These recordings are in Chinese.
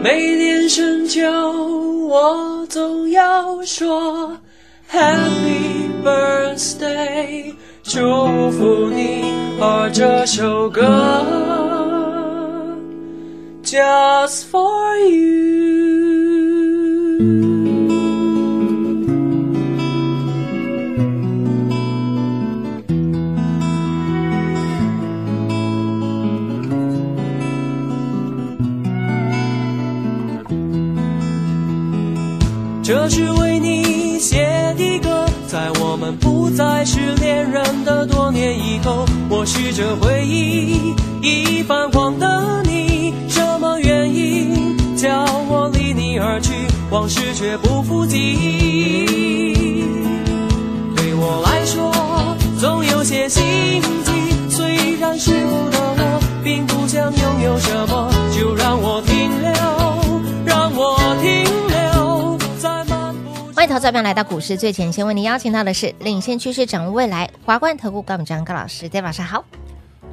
每年深秋，我总要说 Happy Birthday，祝福你。而这首歌 Just for you。这是为你写的歌，在我们不再是恋人的多年以后，我试着回忆已泛黄的你，什么原因叫我离你而去？往事却不复记忆。对我来说，总有些心悸。虽然失误的我，并不想拥有什么，就让我停留，让我停留在漫步。欢迎投资者朋友来到股市最前线，为您邀请到的是领先趋势、掌握未来华冠投顾高敏章高老师，大家晚上好。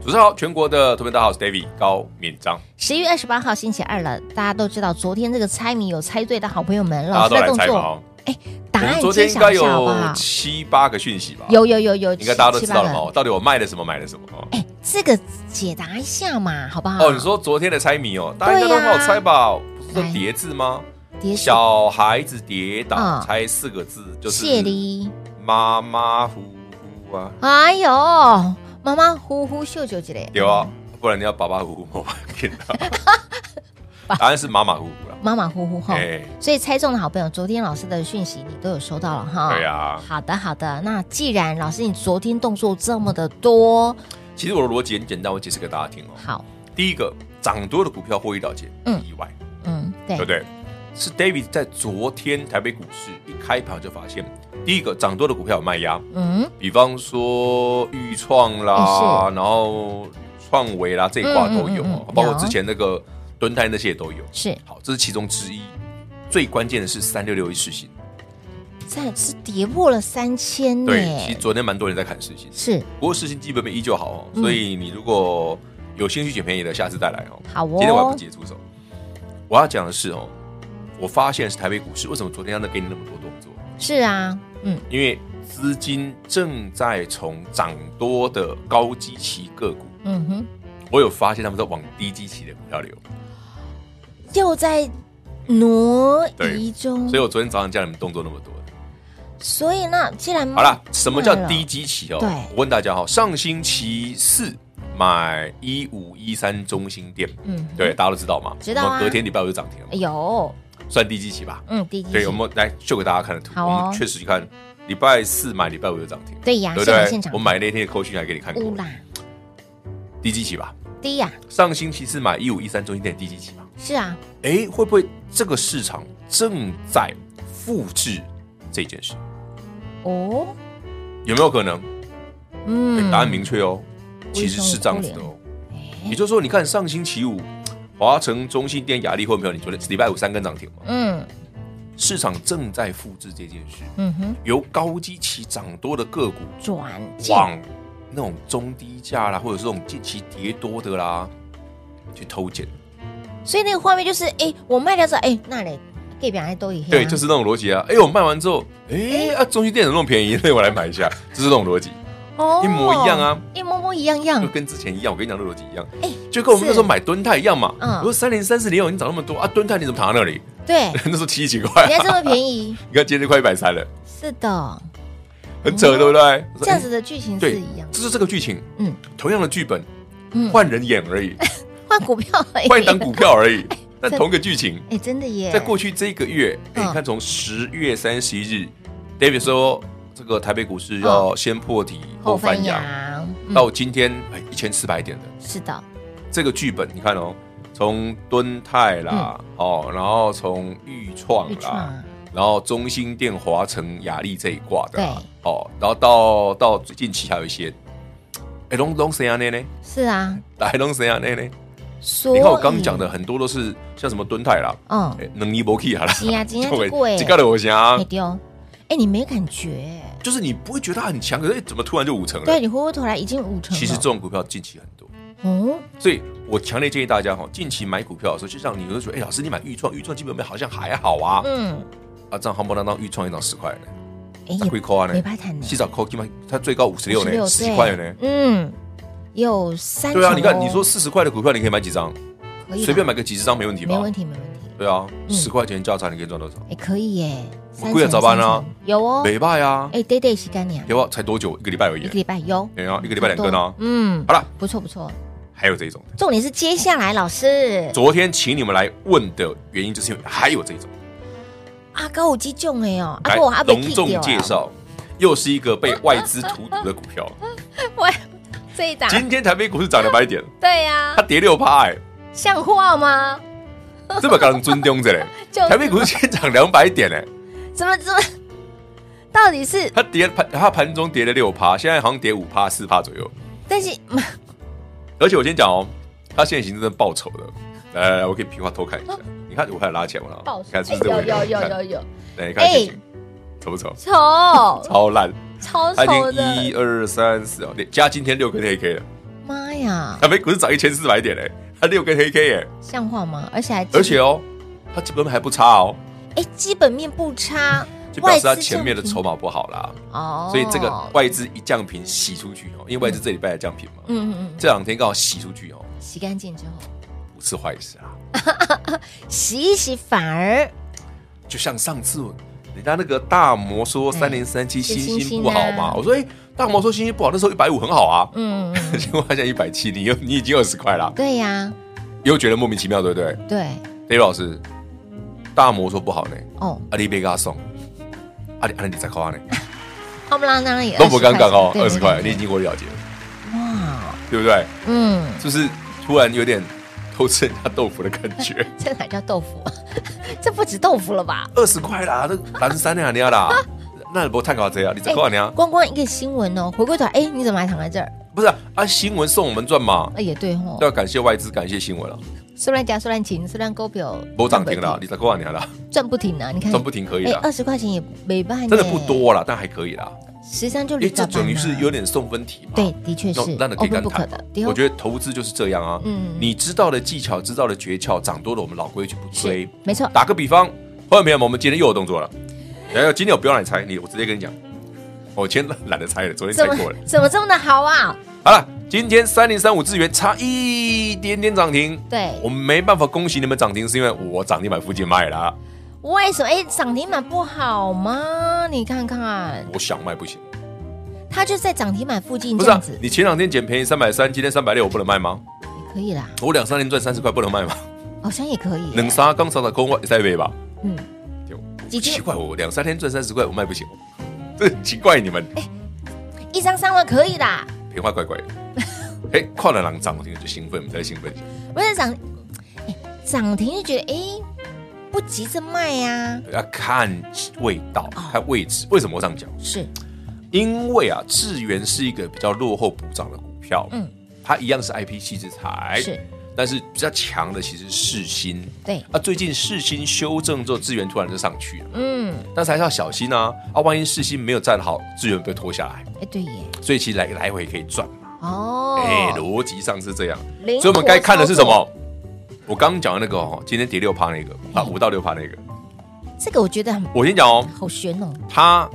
主持人好，全国的特别大号是 David 高敏章，十一月二十八号星期二了，大家都知道昨天这个猜谜有猜对的好朋友们，大老家师的都来动猜嘛作哦，哎，答我们案昨揭天应晓该一下好不好有？七八个讯息吧？，有有有有，应该大家都七知八道了个嘛？哦到底我卖了什么，买了什么？哦，哎，这个解答一下嘛，好不好？哦，你说昨天的猜谜哦，大家应该都很好猜吧？不是哎说叠字吗？跌手小孩子跌倒，嗯猜四个字就是谢梨，马马虎虎啊，哎呦，妈妈呼呼秀秀之类，对啊，不然你要爸爸虎虎摸半天 啊。答案是马马虎虎了，马马虎虎哈。哎，所以猜中的好朋友，昨天老师的讯息你都有收到了哈。对啊好的，好的。那既然老师你昨天动作这么的多，其实我的逻辑很简单，我解释给大家听哦。好，第一个，涨多的股票获利了结，嗯意外。嗯，对，对不对？是 David 在昨天台北股市一开盘就发现，第一个涨多的股票有卖压，嗯，比方说豫创啦，然后创维啦这一挂都有嗯嗯嗯哦嗯，包括有之前那个敦泰那些也都有。是好，这是其中之一。最关键的是三六六一世新，再是跌破了三千呢，对，其实昨天蛮多人在看世新，是不过世新基本面依旧好哦，嗯所以你如果有兴趣捡便宜的，下次再来哦。好哦今天我还不解出手。我要讲的是哦，我发现是台北股市为什么昨天要能给你那么多动作，是啊，嗯，因为资金正在从涨多的高基期个股，嗯哼，我有发现他们在往低基期的股票流，嗯又在挪移中，所以我昨天早上叫你们动作那么多。所以那既然好啦，什么叫卖了低基期哦对？我问大家哈、哦，上星期四买一五一三中心店，嗯哼对，大家都知道嘛，知道啊我们隔天礼拜五就涨停了嘛，有，算低基期吧。嗯，第一对，我们来秀给大家看的图，好哦我们确实你看，礼拜四买，礼拜五就涨停，对呀对不现场对？现场我买那天的扣讯还给你看过乌，啦，低基期吧。低呀、上星期是买一五一三中心店低基期嘛？啊是啊，哎，会不会这个市场正在复制这件事？哦，有没有可能？嗯诶答案明确哦，其实是这样子的哦。哎也就是说，你看上星期五，华城、中信店、雅丽会没有？你昨天礼拜五三根涨停嘛？嗯市场正在复制这件事，嗯哼，由高基期涨多的个股转进往那种中低价啦，或者是这种近期跌多的啦，去偷减。所以那个画面就是，哎、我卖掉之后，哎、那里给别人都一样，对，就是那种逻辑啊。哎，我卖完之后，哎啊，中心店怎么那么便宜，那我来买 一下，就是这种逻辑，哦一模一样啊，一模模一样就样，跟之前一样。我跟你讲，这逻辑一样，哎、就跟我们那时候是买敦泰一样嘛。嗯我说三零三四零你涨那么多啊，敦泰你怎么躺 在那里？对，那时候七十几块啊，哦人家这么便宜， 你看今天就快一百三了，是的，很扯，对不对？这样子子的剧情是对一样，，这是这个剧情，嗯同样的剧本，嗯，换人演 而已，换股票而已，换一档股票而已，但真同个剧情。 哎、真的耶，在过去这个月，哎嗯你看从十月三十一日，David 说这个台北股市要先破底哦后后翻翻扬阳，，嗯到啊今天一千四百点的是的，这个剧本，你看哦，从敦泰啦，哦，然后从豫创日啦，嗯创，然后中心电、华城、雅丽这一挂的、啊对，哦，然后到到最近期还有一些，哎，龙龙谁啊那呢？ 是啊，来龙谁啊那呢？所以你看我刚刚讲的，很多都是像什么蹲泰啦，嗯，哎能力不 key 啦，是啊真 的很贵这个的我想没，丢，哎，你没感觉？就是你不会觉得它很强，可是哎怎么突然就五成对，了？你回过头来已经五成了。其实这种股票近期很多，哦，所以我强烈建议大家哈，近期买股票的时候，就像你会说，哎，老师你买预创，预创基本面好像还好啊，嗯，啊，这样夯不啷当预创一张十块呢，哎，它也几块没啊呢？怕谈的，洗澡扣基本它最高五十六呢， 56十几块呢。，对嗯，有三成对哦。啊，你看你说四十块的股票，你可以买几张？可以吧随便买个几十张没问题吧？没问。题，嗯没问题。对啊，十块钱价差你可以赚多少？哎，可以耶，三贵啊成早班啊三成有哦。没败啊，哎，day day 是干娘，对吧？才多久？一个礼拜而一已个。礼拜有，对啊，一个礼拜两根差不啊多。嗯，好了，不错不错。还有这种的，重点是接下来老师昨天请你们来问的原因，就是因为还有这种。阿高有击中哎哦，阿来哥我还被隆 kick 重掉啊介了，绍，又是一个被外资荼毒的股 票。喂，这一档今天台北股市涨两百 点，对呀它，跌六趴，哎，像话吗？这么高人尊重着嘞。 就是台北股市今天涨两百点，哎，怎么怎么，到底是？它跌盘，它盘中跌了六趴，现在好像跌五趴、四趴左右。但是而且我先讲哦，它现在已经真的报仇了。来来来，我给你平花偷看哦一下，你看我还拉起来了， 你看是不是这个哎有味道？有有有有你看来，你看哎这个丑不丑？丑超烂，超它已丑经的，一二三四哦，连加今天六根黑 K 了，妈呀，台北股市涨一千四百点嘞，它六根黑 K 耶，像话吗？而且还而且哦，它基本面还不差哦，哎，基本面不差，就表示它前降面的频筹码不好啦，哦，所以这个外资一降频洗出去哦，因为外资这礼拜也降频嘛，嗯嗯这两天刚好洗出去哦，嗯，洗干净之后不是坏事啊。洗一洗反而就像上次人家那个大摩说哎三零三七是星星星星不好啊嘛，我说哎、大摩说星星不好，那时候一百五很好啊，嗯，嗯嗯结果现在一百七，你又你已经二十块啦，对呀，又觉得莫名其妙，对不对对？David 老师，大摩说不好呢，哦，阿里别给他送，阿里阿里你才夸呢，他们拉那里都不尴尬哦，对二十块，你对已经过了解了，对哇，对不对？嗯，就是突然有点偷吃人家豆腐的感 觉，这哪叫豆腐？啊 这不止豆腐了吧？二十块啦，那蓝山那样啦， 那你不太搞这啊样，你才夸呢？哎光光一个新闻哦，回过头来，哎，你怎么还躺在这儿？不是啊啊，新闻送我们赚嘛。哎，也对吼，要感谢外资，感谢新闻了，虽然假虽然停，虽然勾表不涨停了，你才过完年了，赚不停啊！你看赚不停可以哎，啦，二十块钱也没办法，真的不，多啦，但还可以啦，十三就因离为这等于是有点送分题嘛。对，的确那是啊那你可以 open 跟 book 谈的嘛。，对哦我觉得投资就是这样啊，嗯你知道的技巧，知道的诀窍，涨多了我们老规矩不追是。没错， 打个比方，朋友们，我们今天又有动作了，然后今天我不要让你猜，你我直接跟你讲，我今天懒得猜了，昨天怎猜么过了。怎么这么的好啊？好了，今天三零三五资源差一点点涨停，对我，们没办法恭喜你们涨停，是因为我涨停板附近卖了啊，为什么？哎，涨停板不好吗？你看看，我想卖不行。它就在涨停板附近不这是样啊子，，你前两天捡便宜三百三，今天三百六，我不能卖吗？也可以啦，我两三年赚三十块，不能卖 吗？好像也可以。啊能杀刚杀的空外塞杯吧？嗯，就几斤奇怪，我两三天赚三十块，我卖不行，这很奇怪。你们一张三万可以啦，平花 怪怪的，哎，跨了狼涨，我听了就兴奋，再兴奋一下。不是涨，哎，涨停就觉得哎，不急着卖啊呀，要看味道，哦看位置。为什么我这样讲？是因为啊，智源是一个比较落后补涨的股票，嗯嗯，它一样是 IP 系制裁，是，但是比较强的其实是世新，对啊，最近世新修正之后，智源突然就上去了，嗯，但是还是要小心啊，啊，万一世新没有站好，智源被拖下来，哎，对耶，所以其实来来回可以赚嘛，哦，哎、逻辑上是这样，灵活所以我们该看的是什么？我刚刚讲的那个哦，今天跌六趴那个啊，五到六趴那个，这个我觉得很我先讲哦，好悬哦。它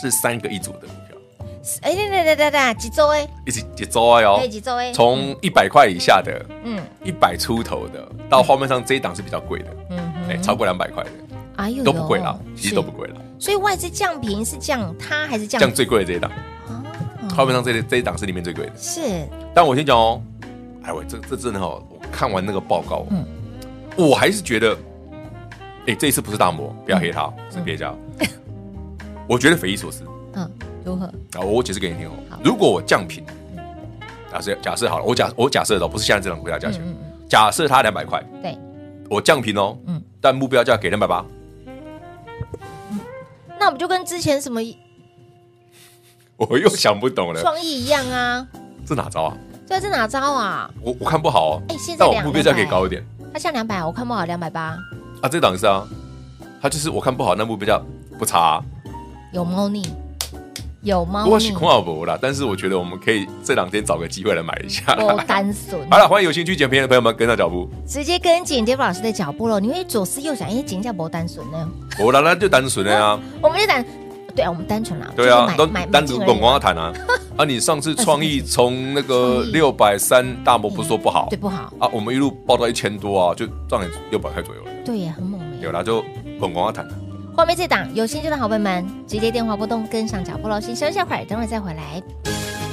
是三个一组的股票，哎，对对对对对，几周哎，一起一周哎哦对，，几周哎，从一百块以下的，嗯一百出头的，到画面上这一档是比较贵的，嗯哎、哼，超过两百块的哎呦呦，都不贵啦，其实是都不贵啦，所以外资降频是降它还是降像最贵的这一档，啊画面上这这一档是里面最贵的。是但我先讲哦，哎喂，这这真的哦，我看完那个报告，哦嗯我还是觉得，哎、这一次不是大摩，不要黑他哦，是别家，我觉得匪夷所思。嗯如何？啊，我我解释给你听哦好。嗯如果我降频，假设假设好了，我假我假设的哦，不是现在这档股票价钱，嗯假设它两百块，对，我降频哦，嗯但目标价给两百八，那不就跟之前什么我又想不懂了，创意一样啊？这哪招啊？对啊，这哪招啊？我我看不好哦。哎现在但我两目标价可以高一点它像两百，我看不好两百八，啊。这档是啊，它就是我看不好，那目标价不差啊、有猫腻，有猫我是腻空，好博啦，但是我觉得我们可以这两天找个机会来买一下。够单纯。 好了，欢迎有兴趣捡便宜的朋友们跟上 脚步。直接跟紧 Dave 老师的脚步了，你会左思右想，哎，紧价不单纯呢？我啦啦就单纯的啊，我们就讲，对啊，我们单纯啦，对啊哦就，是都买买单独买滚进而已啊光谈啊。啊，你上次创意从那个六百三大摩不是说不好对不好？啊，我们一路报到一千多啊，就让你六百块左右了。对耶，很猛有耶。啦，就滚光谈啊。画面这档有兴趣的好朋友们，直接电话拨动，跟上脚步喽。先休息一会儿，等会儿再回来。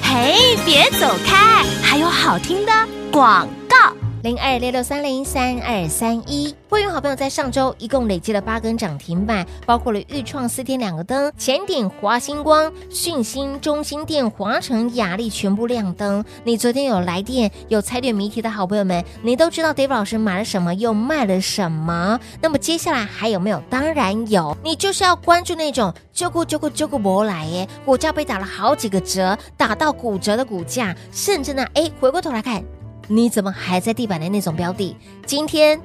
嘿，别走开，还有好听的广告。零二六六三零三二三一。会员好朋友在上周一共累积了八根涨停板，包括了豫创四天两个灯，前顶华星光、讯星、中心店、华城、雅丽全部亮灯。你昨天有来电有猜对谜题的好朋友们，你都知道 Dave 老师买了什么，又卖了什么。那么接下来还有没有？当然有，你就是要关注那种就顾就顾就顾博来耶，股价被打了好几个折，打到骨折的股价，甚至呢，哎，回过头来看，你怎么还在地板的那种标的？今天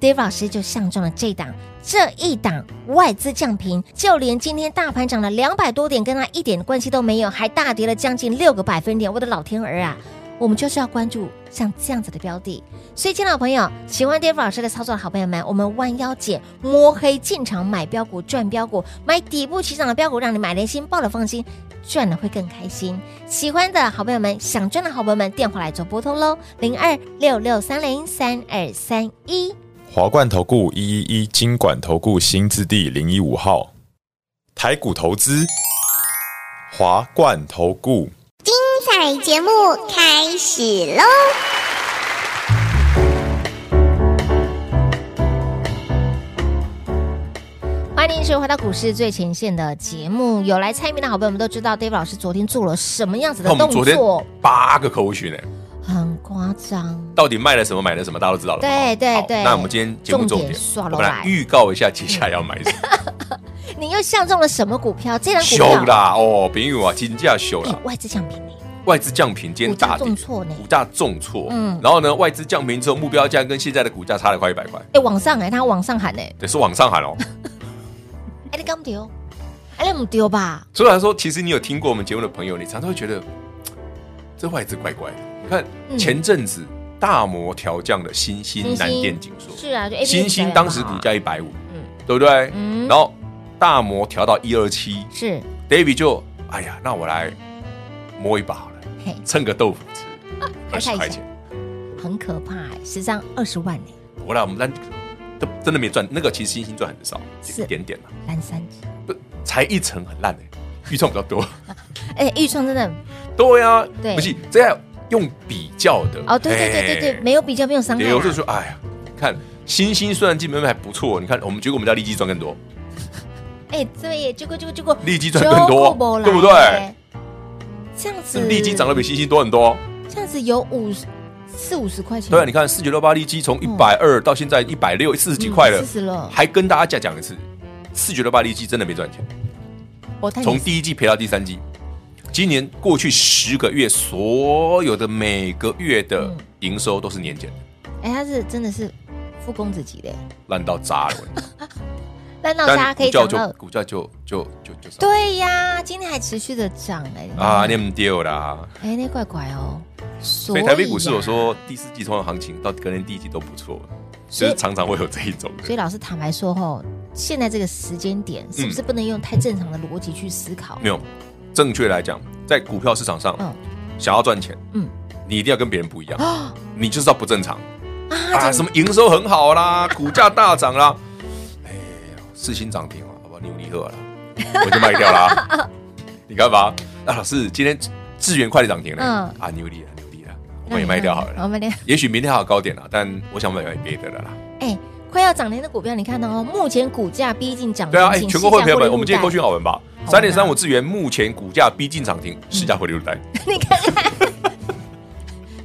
Dave 老师就相中了这档。这一档外资降频，就连今天大盘涨了两百多点，跟它一点关系都没有，还大跌了将近六个百分点。我的老天儿啊！我们就是要关注像这样子的标的。所以，亲老朋友，喜欢 Dave 老师的操作的好朋友们，我们弯腰捡摸黑进场买标股，赚标股，买底部起涨的标股，让你买连心，抱了放心，赚了会更开心。喜欢的好朋友们，想赚的好朋友们，电话来做拨通喽，零二六六三零三二三一。华冠投顾一一一金管投顾新字第零一五号，台股投资，华冠投顾。彩节目开始喽！欢迎收回到股市最前线的节目。有来猜谜的好朋友们都知道，Dave 老师昨天做了什么样子的那我动们昨天作，八个口讯呢，很夸张。到底卖了什么，买了什么，大家都知道了嘛。对对好对那我们今天节目重重点点刷，我楼们来来预告一下接下来要买什 么。你又相中了什么股票？这张股修票，啦，哦，朋友啊，金价修哎啦，，外资想平你，外资降平，今天大股价跌重挫呢股价重挫，嗯嗯，然后呢，外资降平之后，目标价跟现在的股价差了快一百块，哎，往上哎，他往上喊哎，对，是往上 喊哦。哎，你刚丢，哎，你不丢吧？所以来说，其实你有听过我们节目的朋友，你常常会觉得嘖嗯这外资怪怪的。你嗯看前阵子大摩调降了新兴南电紧缩，是啊，就 A 新兴当时股价一百五，嗯对不对？嗯然后大摩调到一二七是，David 就哎呀，那我来摸一把好了，嘿，蹭个豆腐 吃，还二差十一块千钱。很可怕哎，十张二十万哎，我啦，我们单都真的没赚，那个其实星星赚很少，是一点点啦，蓝三只，不才一层很烂的、欸预算比较多。 哎，预创真的对啊，对不是这样用比较的哦，对对对对对，没有比较没有伤害啊，对，哎有时候说，哎呀，看星星虽然基本面还不错，你看我们结果我们家利基赚更多，哎，对耶，结果结果结果利基赚更多就过来对不对？这样子是，利基涨得比星星多很多。这样子有五十四五十块钱，对啊，你看四九六八利基从一百二到现在一百六四十几块了嗯四，十了，还跟大家再讲一次，四九六八利基真的没赚钱。我太从第一季赔到第三季。今年过去十个月，所有的每个月的营收都是年减的，哎，他是真的是富公子级的耶，烂到渣了。我跟你讲烂到但渣可股以价涨到就。股价就就就就上对呀，今天还持续的涨哎、啊，念丢啦。哎，那怪怪哦。所所以台北股市，呀我，说第四季通常行情到隔年第一季都不错，所就以是常常会有这一种的所以老师坦白说吼，现在这个时间点是不嗯是不能用太正常的逻辑去思考？没有，正确来讲，在股票市场上嗯，想要赚钱，嗯啊嗯，你一定要跟别人不一样，你就是要不正常啊，真什么营收很好啦，股价大涨啦，哎，四星涨停哦，好吧，牛你喝了，我就卖掉 啦。你干嘛？啊，老师，今天智源快点涨停了，嗯啊，牛力了，牛力了，我也卖掉好我了。卖掉。也许明天还有高点了，但我想买别的了啦。哎，快要涨停的股票，你看到哦，目前股价逼近涨停。对啊，哎，请全国会细朋想友获利们，我们今天入扣讯好玩吧？好玩三啊嗯点三五智源目前股价逼近涨停，市价回流单。袋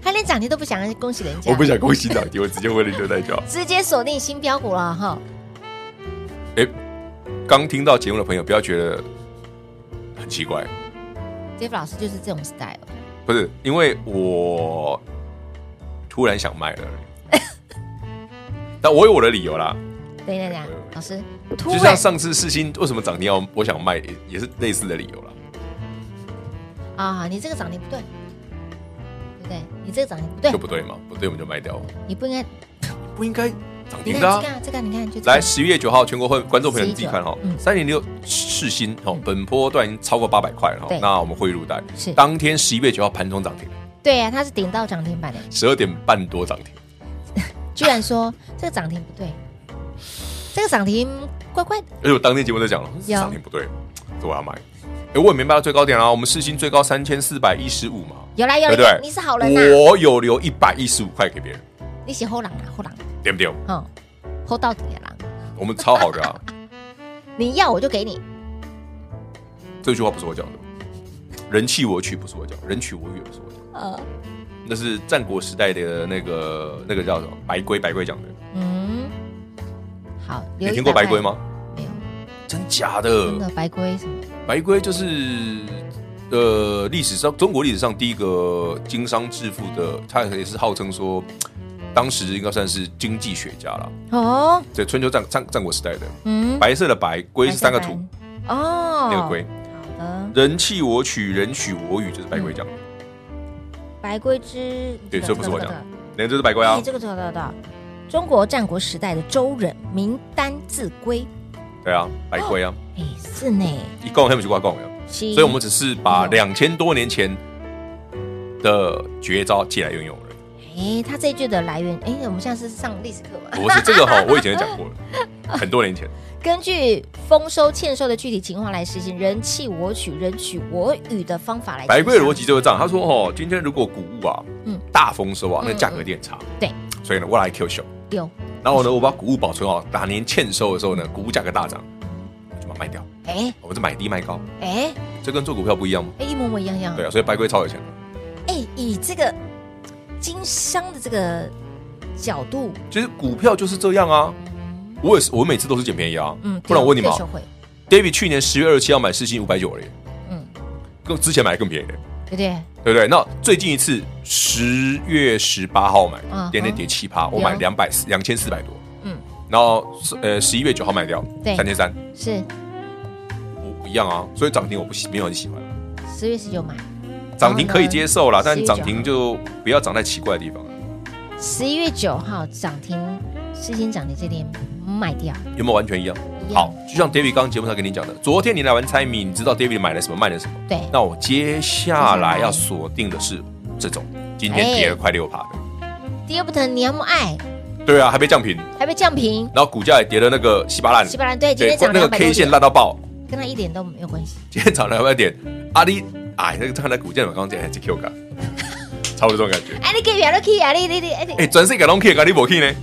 他连涨停都不想，恭喜人家。我不想恭喜 涨停，我直接回流单就好。直接锁定新标股了哈。哎，刚听到节目的朋友，不要觉得很奇怪， ，Jeff 老师就是这种 style，不是因为我突然想卖了 而已，但我有我的理由啦。等一下，等一下，老师突就像然上次世新为什么涨停要我想卖，也也是类似的理由啦。啊，你这个涨停不对，对不对？你这个涨停不对就，不对嘛，不对我们就卖掉，你不应该，不应该涨你看停的、啊这个。啊这个啊，你看就这个来，十一月九号，全国会观众朋友11你自己看哈嗯，三零六世新哦，本波段已经超过八百块了哈对。那我们汇入袋是，当天十一月九号盘中涨停，对呀、啊，它是顶到涨停板的，十二点半多涨停，居然说这个涨停不对，这个涨停怪怪的，而且我当天节目在讲了，有涨停不对，这我要买。哎，我也没卖到最高点啊，我们世新最高三千四百一十五嘛，有啦有对啦，不对？你你是好人呐、我有留一百一十五块给别人，你写后狼啊后狼，对不对？嗯，后到底的狼，我们超好 的啊，你要我就给你，这句话不是我讲的，人弃我取不是我讲，人取我予不是我讲，呃，那是战国时代的那个那个叫什么白龟白龟讲的。嗯，好，你留听过100块白龟吗？？没有，真假真的的？白龟什么？白龟就是呃，历史上中国历史上第一个经商致富的，他也是号称说，当时应该算是经济学家了，哦，在春秋战战战国时代的。嗯，白色的白龟是三个白色土，斑哦，那个龟，好的，人弃我取，人取我予，就是白龟讲啊嗯的，白龟之，对，这不是我讲的的，那就是白龟啊哎，，这个找到到。中国战国时代的周人名单字龟，对啊，白龟啊，哎，是呢，一共他们就挂共了。所所以我们只是把嗯两千多年前的绝招借来运用而已。哎，他这一句的来源，哎，我们现在是上历史课嘛？ 不是这个哈，我以前也讲过了，很多年前。根据丰收欠收的具体情况来实行人弃我取、人取我予的方法来。白贵的逻辑，就是这样，他说哦，今天如果谷物啊，嗯大丰收啊，嗯那价格一定很差。对，所以呢，我来 Q 秀，丢，然后呢，我把谷物保存好，哪年欠收的时候呢，谷物价格大涨，我就把它卖掉，哎我是买低卖高，哎这跟做股票不一样吗？哎，一模模一样样。对啊，所以白龟超有钱的。哎，以这个经商的这个角度，其实股票就是这样啊，我也是，我每次都是捡便宜啊，嗯，不然我问你们嘛啊，，David 去年十月二十七号买四星五百九了耶，嗯，更之前买更便宜了耶。对不对？对不对？那最近一次十月十八号买嗯，点点跌七趴，我买有两百两千四百多，嗯嗯，然后呃十一月九号卖掉，对三千三，是我我一样啊，所以涨停我不喜没有很喜欢，十月十九买，涨停可以接受啦，然后呢但涨停就不要涨在奇怪的地方。十一月九号涨停，事先涨停这天卖掉，有没有完全一样？一样好，就像 David 刚刚节目上跟你讲的，昨天你来玩猜谜，你知道 David 买了什么，卖了什么。对那我接下来要锁定的是这种，今天哎跌了快六趴的，跌不疼，你要不爱，对啊，还被降平，还被降平，然后股价也跌了那个稀巴烂，西巴兰哎对，今天涨哎那两个百多 K 线点，啊烂到爆，跟他一点都没有关系。今天涨两百点，阿里哎，那个站在股价，我刚刚讲还是 Q 感， 差不多这种感觉。哎，你给别人去啊，你你你，哎哎，全世界拢 K，阿里无 K 啊呢？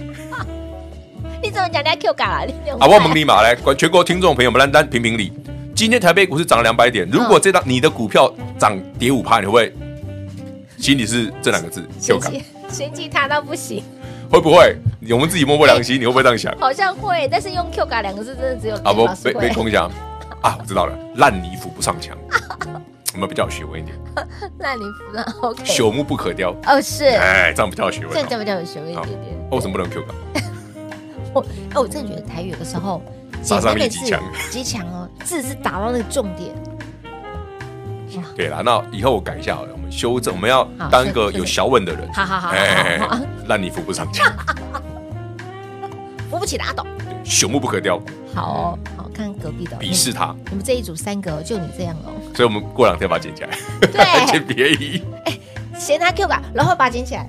你怎么讲人家 Q 嘎了？你哎啊，我蒙立马来，管全国听众朋友们，单单评评理。今天台北股市涨了两百嗯点，如果这档你的股票涨跌五趴，你会不会心里是这两个字嫌 Q 感？弃嫌弃他到不行，会不会？我们自己摸摸良心，你会不会这样想？好像会，但是用 Q 嘎两个字真的只有啊不老，师被会被。空想啊，我知道了，烂泥扶不上墙，我们比较有学问一点， 那你服了 OK？朽木不可雕，哦是，哎，这样比较有学问这哦。这么叫有学问一点点。哦为什么不能 Q 感？我哎，我真的觉得台语有的时候杀简伤单力的极字强极强哦，字是打到那个重点。对啦，那以后我改一下好了，我们修正，我们要好当一个是是有学问的人。好好好好哎，好好，烂泥扶不上墙，扶不起的阿斗。朽木不可雕，好哦，好看隔壁的鄙视他。你们这一组三个哦就你这样 哦，所以我们过两天把它捡起来，对， 捡别疑。嫌他 Q 感，然后把它捡起来，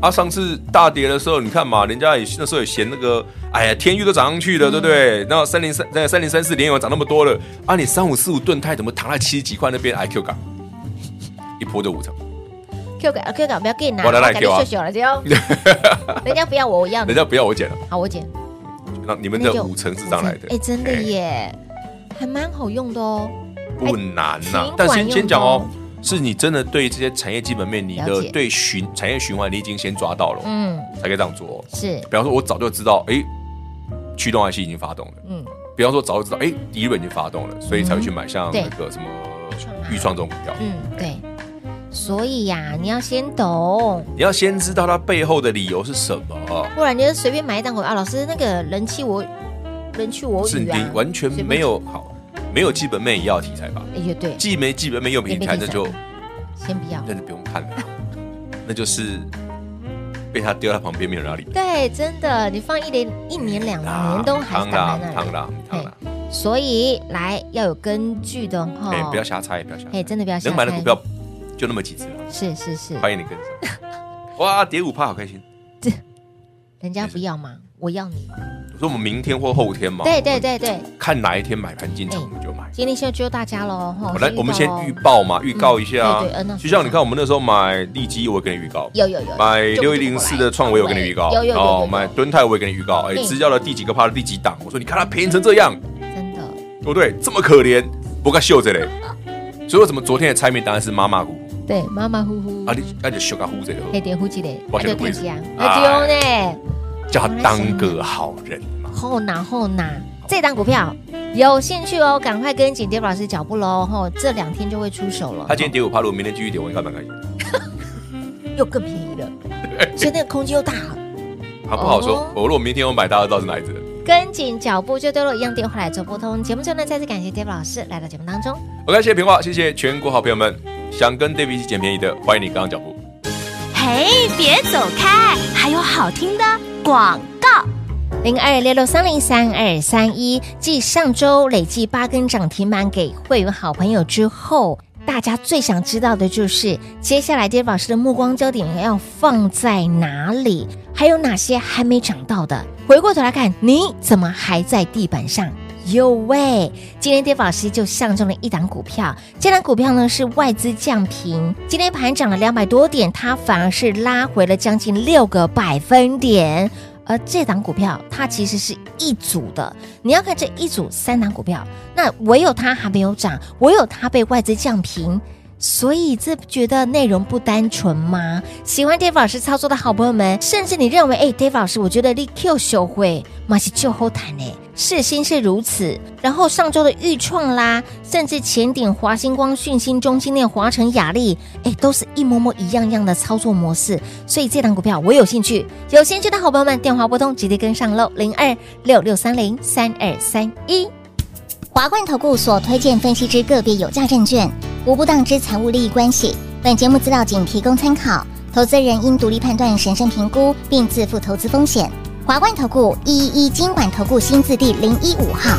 啊，上次大跌的时候，你看嘛，人家也那时候也嫌那个，哎呀，天域都涨上去嗯了，对不对？那三零三、那三零三四联友涨那么多了，啊，你三五四五盾泰怎么躺在七十几块那边？IQ 港一波就五成，嗯 Q 感啊 Q 感不要给你拿，我来来感 Q 啊觉秀秀了就， 人家不要我，我要你人，家不要我捡了，好我捡，那你们那就的五成是涨来的，哎真的耶，还蛮好用的哦，不难呐、哎挺但管用先的先讲哦哦，是你真的对这些产业基本面，你了的解对循产业循环，你已经先抓到了，嗯才可以这样做哦、是比方说，我早就知道，哎，驱动 IC 已经发动了，嗯比方说早就知道，哎，第一轮已经发动了，所以才会去买像对那个什么创啊预创这种股票。嗯，对。所以呀、你要先懂，你要先知道它背后的理由是什么，不然你就随便买一档股票啊。老师，那个人气我人去我是与你啊，完全随便没有好，没有基本面也要题材吧？哎，也对，既没基本面又没题材，也 没题那材就先不要。那就不用看了，那就是被他丢在旁边，没有人要理他。对，真的，你放一年、一年、两年都还是啊汤挡啦在，那汤里。啦，汤啦，所以来要有根据的哈。哎，不要瞎猜，不要瞎猜哎，，哦真的不要瞎能买的猜股票就那么几只了，是是是，欢迎你跟上。哇，跌五趴，好开心！人家不要嘛，我要你。我说我们明天或后天嘛，对对，对对，看哪一天买盘进场哎我们就买。今天先救大家喽哈。好来，我们先预报报嘛，预告一下啊对对嗯那。就像你看，我们那时候买利基，我也跟你预告。有有有买就六一零四的创维，我跟你预告，哦有有有有有买敦泰，我也跟你预告，哎，嗯支教的第几个趴的第几档，我说你看它便宜成这样，真的对不对？这么可怜，不该秀着嘞。所以为什么昨天的猜谜答案是妈妈股对，马马虎虎啊？，你啊你秀个呼这个，黑点呼起嘞，我那觉得就不太会极啊，哎那丢呢，叫他当个好人嘛。后拿后拿。这档股票有兴趣哦，赶快跟紧 d 老师脚步喽哈，这两天就会出手了。他今天跌五趴，如果明天继续跌，我应该蛮开心。又更便宜了，所以那个空间又大了。他不好说哦，我如果明天我买，大家知道是哪一只了。跟紧脚步就对了，一样电话来做拨通。节目最后呢，再次感谢 Dave 老师来到节目当中。 OK，谢谢平话，谢谢全国好朋友们。想跟 David 一起捡便宜的，欢迎你刚刚脚步。嘿，别走开，还有好听的广告。零二六六三零三二三一，继上周累计八根涨停板给会员好朋友之后，大家最想知道的就是接下来 Dave 老师的目光焦点要放在哪里？还有哪些还没涨到的？回过头来看，你怎么还在地板上？有喂，今天 Dave 老师就相中了一档股票，这档股票呢是外资降频，今天盘涨了两百多点，它反而是拉回了将近六个百分点。而这档股票它其实是一组的，你要看这一组三档股票，那唯有它还没有涨，唯有它被外资降平。所以，这觉得内容不单纯吗？喜欢 Dave 老师操作的好朋友们，甚至你认为，哎、d a v e 老师，我觉得力 Q 修会马是就后谈哎，世新是如此，然后上周的预创啦，甚至前顶华星光、讯星、中心链、华晨、雅力，哎，都是一模模一样样的操作模式。所以这档股票我有兴趣，有兴趣的好朋友们，电话拨通，直接跟上喽，零二六六三零三二三一。华冠投顾所推荐分析之个别有价证券，无不当之财务利益关系。本节目资料仅提供参考，投资人应独立判断、审慎评估，并自负投资风险。华冠投顾一一一金管投顾新字第零一五号。